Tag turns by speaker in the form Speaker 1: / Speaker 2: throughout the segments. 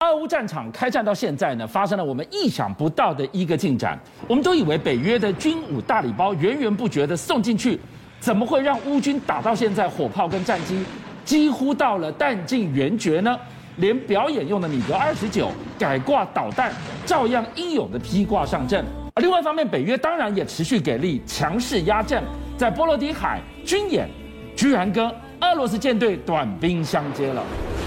Speaker 1: 俄乌战场开战到现在呢，发生了我们意想不到的一个进展。我们都以为北约的军武大礼包源源不绝的送进去，怎么会让乌军打到现在火炮跟战机几乎到了弹尽援绝呢？连表演用的米格二十九改挂导弹，照样英勇的披挂上阵。而另外一方面，北约当然也持续给力，强势压阵，在波罗的海军演，居然跟俄罗斯舰队短兵相接了。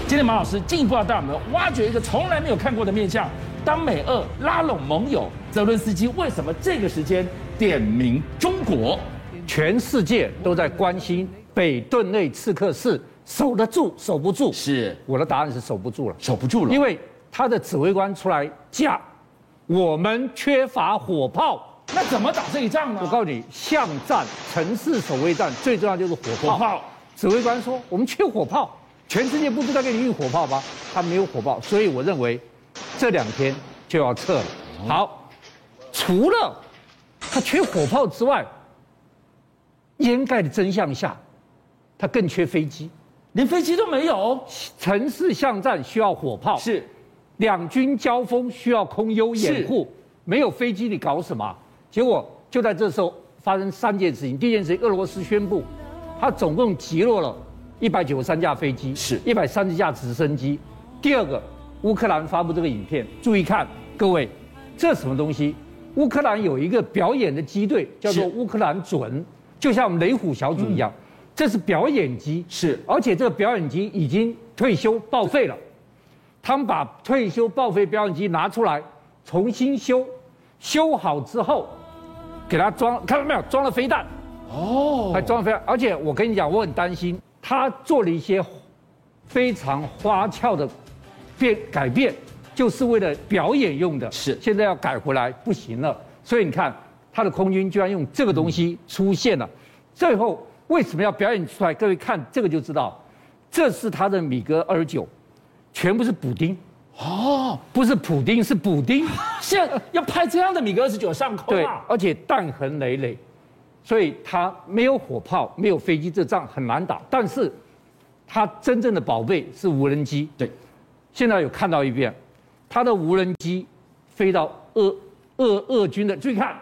Speaker 1: 今天马老师进一步要带我们挖掘一个从来没有看过的面向：当美俄拉拢盟友，泽伦斯基为什么这个时间点名中国？
Speaker 2: 全世界都在关心北顿内刺客是守得住守不住。
Speaker 1: 是
Speaker 2: 我的答案是守不住了，
Speaker 1: 守不住了，
Speaker 2: 因为他的指挥官出来讲，我们缺乏火炮。
Speaker 1: 那怎么打这一仗呢？
Speaker 2: 我告诉你，巷战、城市守卫战最重要就是火炮。
Speaker 1: 火炮
Speaker 2: 指挥官说我们缺火炮，全世界不都在给你运火炮吗？他没有火炮，所以我认为这两天就要撤了。好，除了他缺火炮之外，掩盖的真相下，他更缺飞机。
Speaker 1: 连飞机都没有，
Speaker 2: 城市巷战需要火炮，
Speaker 1: 是
Speaker 2: 两军交锋需要空优掩护
Speaker 1: 是，
Speaker 2: 没有飞机你搞什么啊？结果就在这时候发生三件事情。第一件事情，俄罗斯宣布，它总共击落了一百九十三架飞机，
Speaker 1: 是
Speaker 2: 一百三十架直升机。第二个，乌克兰发布这个影片，注意看，各位，这什么东西？乌克兰有一个表演的机队，叫做
Speaker 1: 是嗯
Speaker 2: 乌克兰准，就像我们雷虎小组一样，这是表演机，
Speaker 1: 是
Speaker 2: 而且这个表演机已经退休报废了。他们把退休报废标准机拿出来，重新修，修好之后，给它装，看到没有？装了飞弹，
Speaker 1: 哦
Speaker 2: 还，装了飞弹。而且我跟你讲，我很担心，他做了一些非常花俏的变改变，就是为了表演用的。
Speaker 1: 是
Speaker 2: 现在要改回来不行了，所以你看，他的空军居然用这个东西出现了。最后为什么要表演出来？各位看这个就知道，这是他的米格二十九，全部是补丁。
Speaker 1: 哦，
Speaker 2: 不是普丁，是补丁。
Speaker 1: 现在要拍这样的米格二十九上空
Speaker 2: 对
Speaker 1: 啊，，
Speaker 2: 而且弹痕累累，所以他没有火炮，没有飞机，这仗很难打。但是，他真正的宝贝是无人机。
Speaker 1: 对，
Speaker 2: 现在有看到一遍，他的无人机飞到俄俄俄军的，注意看，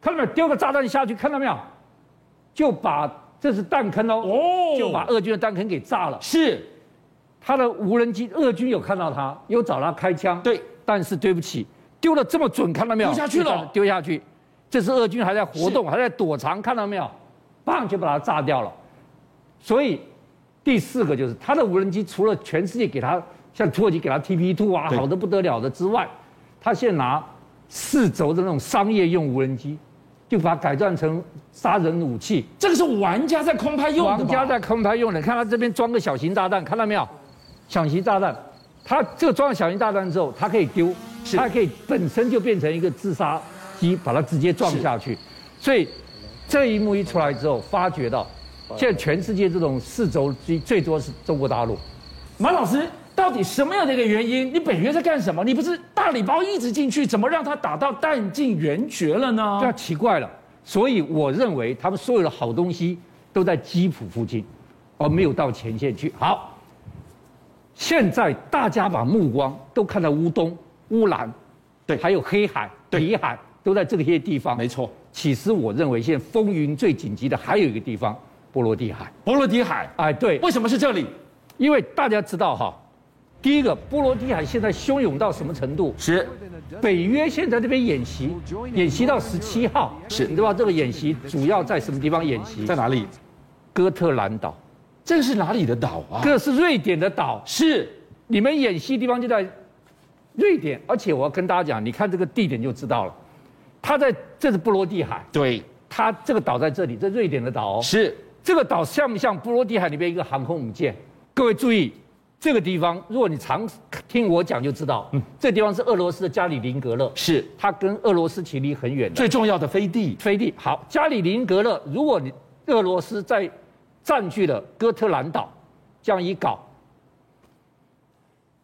Speaker 2: 看到没有？丢个炸弹下去，看到没有？就把这是弹坑哦，
Speaker 1: 哦
Speaker 2: 就把俄军的弹坑给炸了。
Speaker 1: 是
Speaker 2: 他的无人机，俄军有看到他，有找他开枪。
Speaker 1: 对，
Speaker 2: 但是对不起，丢了这么准，看到没有？
Speaker 1: 丢下去了
Speaker 2: 丢下去。这是俄军还在活动，
Speaker 1: 是
Speaker 2: 还在躲藏，看到没有？棒就把它炸掉了。所以第四个就是他的无人机，除了全世界给他像土耳其给他 TP two 啊，
Speaker 1: 对
Speaker 2: 好的不得了的之外，他现在拿四轴的那种商业用无人机，就把它改装成杀人武器。
Speaker 1: 这个是玩家在空拍用的
Speaker 2: 王
Speaker 1: 吧
Speaker 2: 家在空拍用的，看他这边装个小型炸弹，看到没有？小型炸弹，他这个装了小型炸弹之后，它可以丢，
Speaker 1: 是
Speaker 2: 它可以本身就变成一个自杀机，把它直接撞下去。所以这一幕一出来之后，发觉到现在全世界这种四轴机最多是中国大陆。
Speaker 1: 马老师，到底什么样的一个原因？你北约在干什么？你不是大礼包一直进去，怎么让他打到弹尽援绝了呢？
Speaker 2: 对啊，奇怪了。所以我认为他们所有的好东西都在基辅附近，而没有到前线去。好，现在大家把目光都看到乌东、乌兰，
Speaker 1: 对
Speaker 2: 还有黑海、
Speaker 1: 对
Speaker 2: 里海，都在这些地方。
Speaker 1: 没错，
Speaker 2: 其实我认为现在风云最紧急的还有一个地方——波罗的海。
Speaker 1: 波罗的海
Speaker 2: 哎，对，
Speaker 1: 为什么是这里？
Speaker 2: 因为大家知道哈，第一个，波罗的海现在汹涌到什么程度？
Speaker 1: 是
Speaker 2: 北约现在这边演习，演习到十七号，
Speaker 1: 是
Speaker 2: 你知道这个演习主要在什么地方演习？
Speaker 1: 在哪里？
Speaker 2: 哥特兰岛，
Speaker 1: 这个是哪里的岛啊？
Speaker 2: 这是瑞典的岛，
Speaker 1: 是
Speaker 2: 你们演习地方就在瑞典，而且我要跟大家讲，你看这个地点就知道了，它在这是波罗的海，
Speaker 1: 对，
Speaker 2: 它这个岛在这里，这瑞典的岛哦，
Speaker 1: 是
Speaker 2: 这个岛像不像波罗的海里面一个航空母舰？各位注意，这个地方如果你常听我讲就知道，这地方是俄罗斯的加里宁格勒，
Speaker 1: 是
Speaker 2: 它跟俄罗斯其实离很远的。
Speaker 1: 最重要的飞地，
Speaker 2: 飞地。好，加里宁格勒，如果你俄罗斯在占据了哥特兰岛，这样一搞，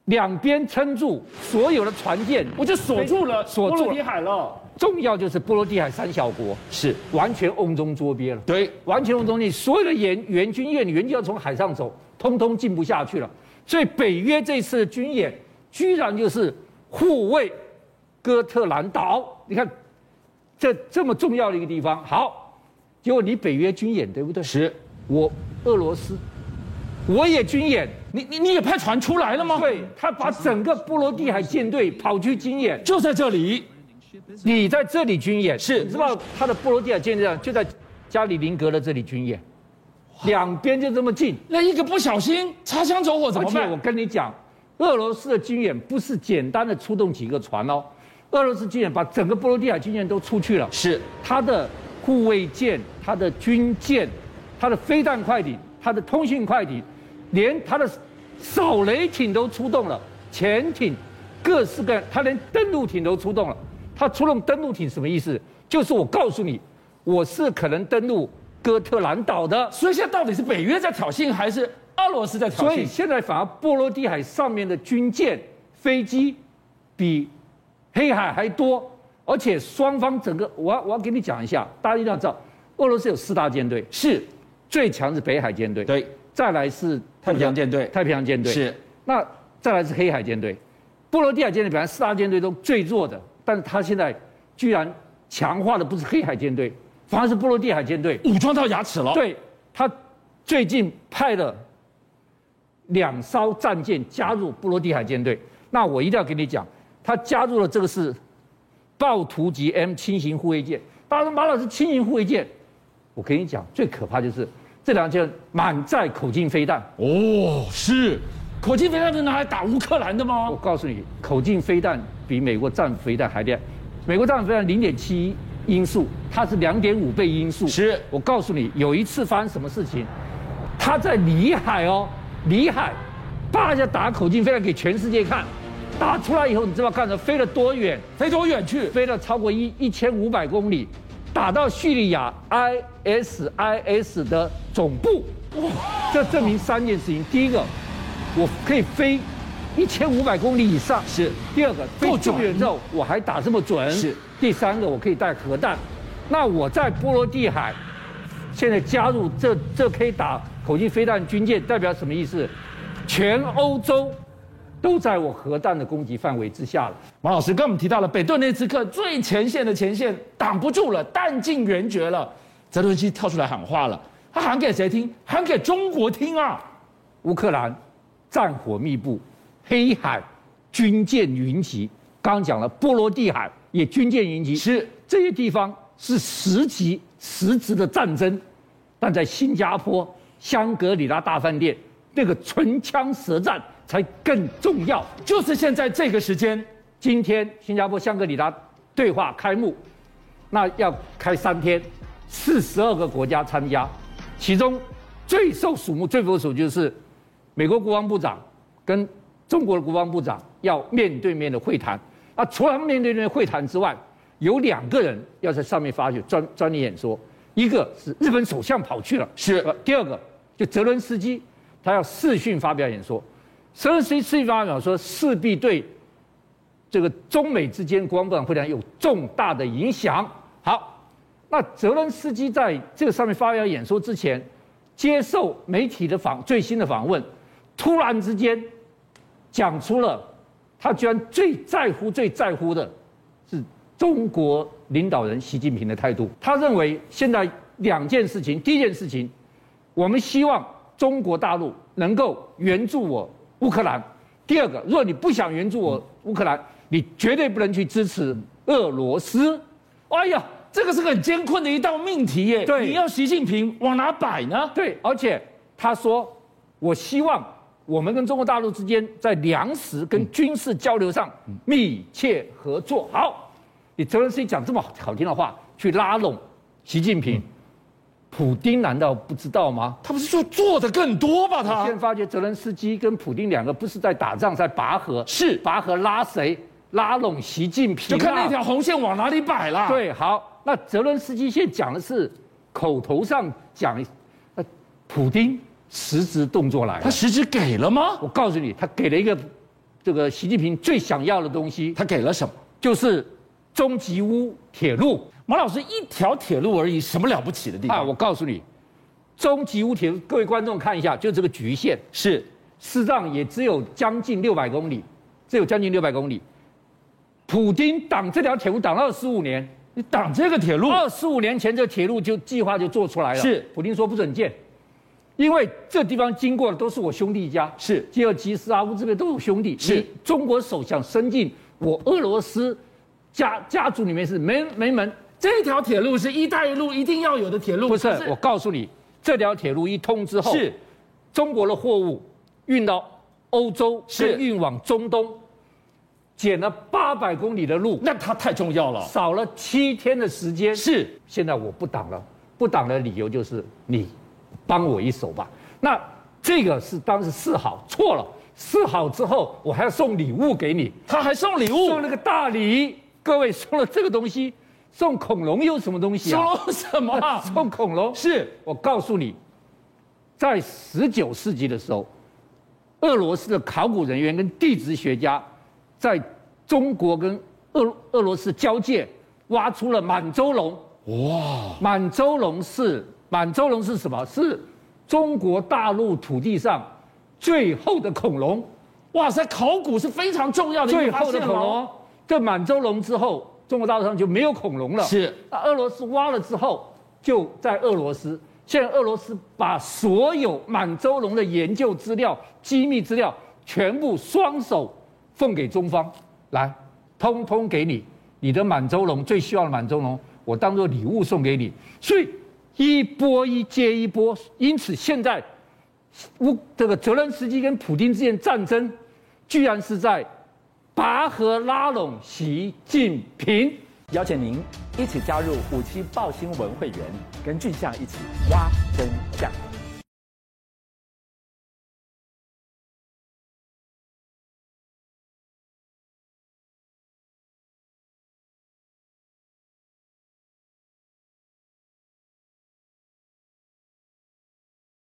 Speaker 2: 两边撑住所有的船舰，
Speaker 1: 我就锁住了
Speaker 2: 锁住了
Speaker 1: 波罗的海了。
Speaker 2: 重要就是波罗的海三小国
Speaker 1: 是
Speaker 2: 完全瓮中捉鳖了，
Speaker 1: 对，
Speaker 2: 完全瓮中捉鳖，所有的援援军、援军要从海上走，通通进不下去了。所以北约这次的军演居然就是护卫哥特兰岛。你看，这这么重要的一个地方，好，结果你北约军演对不对？
Speaker 1: 是，
Speaker 2: 我俄罗斯我也军演，
Speaker 1: 你你你也派船出来了吗？，
Speaker 2: 对他把整个波罗的海舰队跑去军演，
Speaker 1: 就在这里。
Speaker 2: 你在这里军演
Speaker 1: 是
Speaker 2: 你知道他的波罗的海舰队啊就在加里宁格勒这里军演，两边就这么近。
Speaker 1: 那一个不小心擦枪走火怎
Speaker 2: 而
Speaker 1: 么
Speaker 2: 且我
Speaker 1: 办？
Speaker 2: 跟你讲，俄罗斯的军演不是简单的出动几个船哦，俄罗斯军演把整个波罗的海军舰都出去了，
Speaker 1: 是
Speaker 2: 他的护卫舰、他的军舰、他的飞弹快艇、他的通讯快艇，连他的扫雷艇都出动了，潜艇，各式各样，他连登陆艇都出动了。他出动登陆艇什么意思？就是我告诉你，我是可能登陆哥特兰岛的。
Speaker 1: 所以现在到底是北约在挑衅，还是俄罗斯在挑
Speaker 2: 所以
Speaker 1: 衅？
Speaker 2: 现在反而波罗的海上面的军舰、飞机比黑海还多，而且双方整个，我要我要给你讲一下，大家一定要知道，俄罗斯有四大舰队，
Speaker 1: 是，
Speaker 2: 最强是北海舰队，
Speaker 1: 对，
Speaker 2: 再来是
Speaker 1: 太平洋舰队
Speaker 2: 太平洋舰队
Speaker 1: 是，
Speaker 2: 那再来是黑海舰队，波罗的海舰队本来四大舰队中最弱的，但是他现在居然强化的不是黑海舰队，反而是波罗的海舰队，
Speaker 1: 武装到牙齿了。，
Speaker 2: 对他最近派了两艘战舰加入波罗的海舰队。那我一定要跟你讲，他加入了这个是暴徒级 M 轻型护卫舰。大家说马老师轻型护卫舰，我跟你讲，最可怕就是这两舰满载口径飞弹。
Speaker 1: 哦，是，口径飞弹不是拿来打乌克兰的吗
Speaker 2: 我？告诉你，口径飞弹比美国战斧飞弹还厉害。美国战斧飞弹零点七音速，它是两点五倍音速。
Speaker 1: 是
Speaker 2: 我告诉你，有一次发生什么事情，他在里海哦，里海，叭一下打口径飞弹给全世界看，打出来以后，你知道干什么？飞了多远？
Speaker 1: 飞多远去？
Speaker 2: 飞了超过一一千五百公里，打到叙利亚 ISIS 的总部。哇！这证明三件事情：第一个，我可以飞一千五百公里以上；
Speaker 1: 是
Speaker 2: 第二个，飞
Speaker 1: 够
Speaker 2: 这
Speaker 1: 准
Speaker 2: 么远之后我还打这么准；
Speaker 1: 是
Speaker 2: 第三个，我可以带核弹。那我在波罗的海，现在加入这这可以打口径飞弹军舰，代表什么意思？全欧洲都在我核弹的攻击范围之下了。
Speaker 1: 马老师跟我们提到了北顿涅茨克最前线的前线挡不住了，弹尽援绝了。泽伦斯基跳出来喊话了，他喊给谁听？喊给中国听啊！
Speaker 2: 乌克兰战火密布，黑海军舰云集。刚刚讲了，波罗的海也军舰云集，
Speaker 1: 是
Speaker 2: 这些地方是实级实质的战争。但在新加坡香格里拉大饭店，那个唇枪舌战才更重要。
Speaker 1: 就是现在这个时间，
Speaker 2: 今天新加坡香格里拉对话开幕，那要开三天，四十二个国家参加，其中最受瞩目、最受瞩目就是美国国防部长跟中国的国防部长要面对面的会谈。啊，除了面对面会谈之外，有两个人要在上面发表专专题演说，一个是日本首相跑去了，
Speaker 1: 是
Speaker 2: 呃第二个就泽伦斯基，他要视讯发表演说。泽伦斯基视讯发表演说势必对这个中美之间国防部长会谈有重大的影响。好，那泽伦斯基在这个上面发表演说之前，接受媒体的访最新的访问，突然之间讲出了他居然最在乎、最在乎的是中国领导人习近平的态度。他认为现在两件事情，第一件事情，我们希望中国大陆能够援助我乌克兰；第二个，若你不想援助我乌克兰，你绝对不能去支持俄罗斯。
Speaker 1: 哎呀，这个是个很艰困的一道命题耶。
Speaker 2: 对
Speaker 1: 你要习近平往哪摆呢？
Speaker 2: 对，而且他说，我希望我们跟中国大陆之间在粮食跟军事交流上
Speaker 1: 嗯
Speaker 2: 密切合作。好，你泽连斯基讲这么好好听的话，去拉拢习近平，
Speaker 1: 嗯
Speaker 2: 普京难道不知道吗？
Speaker 1: 他不是说做的更多吧？
Speaker 2: 我
Speaker 1: 他
Speaker 2: 现在发觉泽连斯基跟普京两个不是在打仗，在拔河，
Speaker 1: 是
Speaker 2: 拔河拉谁？拉拢习近平、
Speaker 1: 就看
Speaker 2: 啊，
Speaker 1: 那条红线往哪里摆啦。，
Speaker 2: 对，好，那泽伦斯基现在讲的是口头上讲，呃，普丁实质动作来了
Speaker 1: 他。实质给了吗？
Speaker 2: 我告诉你，他给了一个这个习近平最想要的东西，
Speaker 1: 他给了什么？
Speaker 2: 就是中吉乌铁路
Speaker 1: 马老师一条铁路而已，什么了不起的地方？
Speaker 2: 啊！我告诉你，中吉乌铁路，各位观众看一下，就这个局限，
Speaker 1: 是
Speaker 2: 事实上也只有将近六百公里，这有将近六百公里。普京挡这条铁路挡了二十五年，
Speaker 1: 你挡这个铁路，
Speaker 2: 二十五年前这铁路就计划就做出来了。
Speaker 1: 是
Speaker 2: 普京说不准建，因为这地方经过的都是我兄弟家，
Speaker 1: 是
Speaker 2: 吉尔吉斯、阿啊乌兹别克都是兄弟。
Speaker 1: 是
Speaker 2: 你中国首相伸进我俄罗斯家家族里面是没没门，
Speaker 1: 这条铁路是“一带一路”一定要有的铁路，
Speaker 2: 不是，我告诉你，这条铁路一通之后，
Speaker 1: 是
Speaker 2: 中国的货物运到欧洲，
Speaker 1: 是
Speaker 2: 跟运往中东，减了八百公里的路，
Speaker 1: 那它太重要了。
Speaker 2: 少了七天的时间。
Speaker 1: 是
Speaker 2: 现在我不挡了，不挡的理由就是你帮我一手吧。那这个是当时示好，错了。示好之后，我还要送礼物给你，
Speaker 1: 他还送礼
Speaker 2: 送
Speaker 1: 物，
Speaker 2: 那个大礼。各位送了这个东西，送恐龙又什么东西
Speaker 1: 送
Speaker 2: 啊？
Speaker 1: 了什么 啊？
Speaker 2: 送恐龙
Speaker 1: 是
Speaker 2: 我告诉你，在十九世纪的时候，俄罗斯的考古人员跟地质学家在中国跟俄俄罗斯交界挖出了满洲龙。哇！满洲龙是满洲龙是什么？是中国大陆土地上最后的恐龙，
Speaker 1: 哇塞，考古是非常重要的一
Speaker 2: 最
Speaker 1: 个发
Speaker 2: 后的
Speaker 1: 现哦
Speaker 2: 恐
Speaker 1: 喽
Speaker 2: 龙。。这满洲龙之后，中国大陆上就没有恐龙了。
Speaker 1: 是
Speaker 2: 那俄罗斯挖了之后，就在俄罗斯。现在俄罗斯把所有满洲龙的研究资料、机密资料全部双手奉给中方，来，通通给你，你的满洲龙最需要的满洲龙，我当做礼物送给你。所以一波一接一波，因此现在乌这个泽连斯基跟普京之间战争，居然是在拔河拉拢习近平。
Speaker 3: 邀请您一起加入五七报新闻会员，跟俊相一起挖真相。